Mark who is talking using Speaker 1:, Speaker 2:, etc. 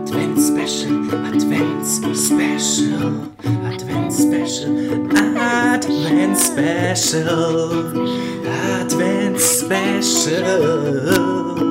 Speaker 1: Advent Special, Advent Special, Advent Special, Advent Special, Advent Special.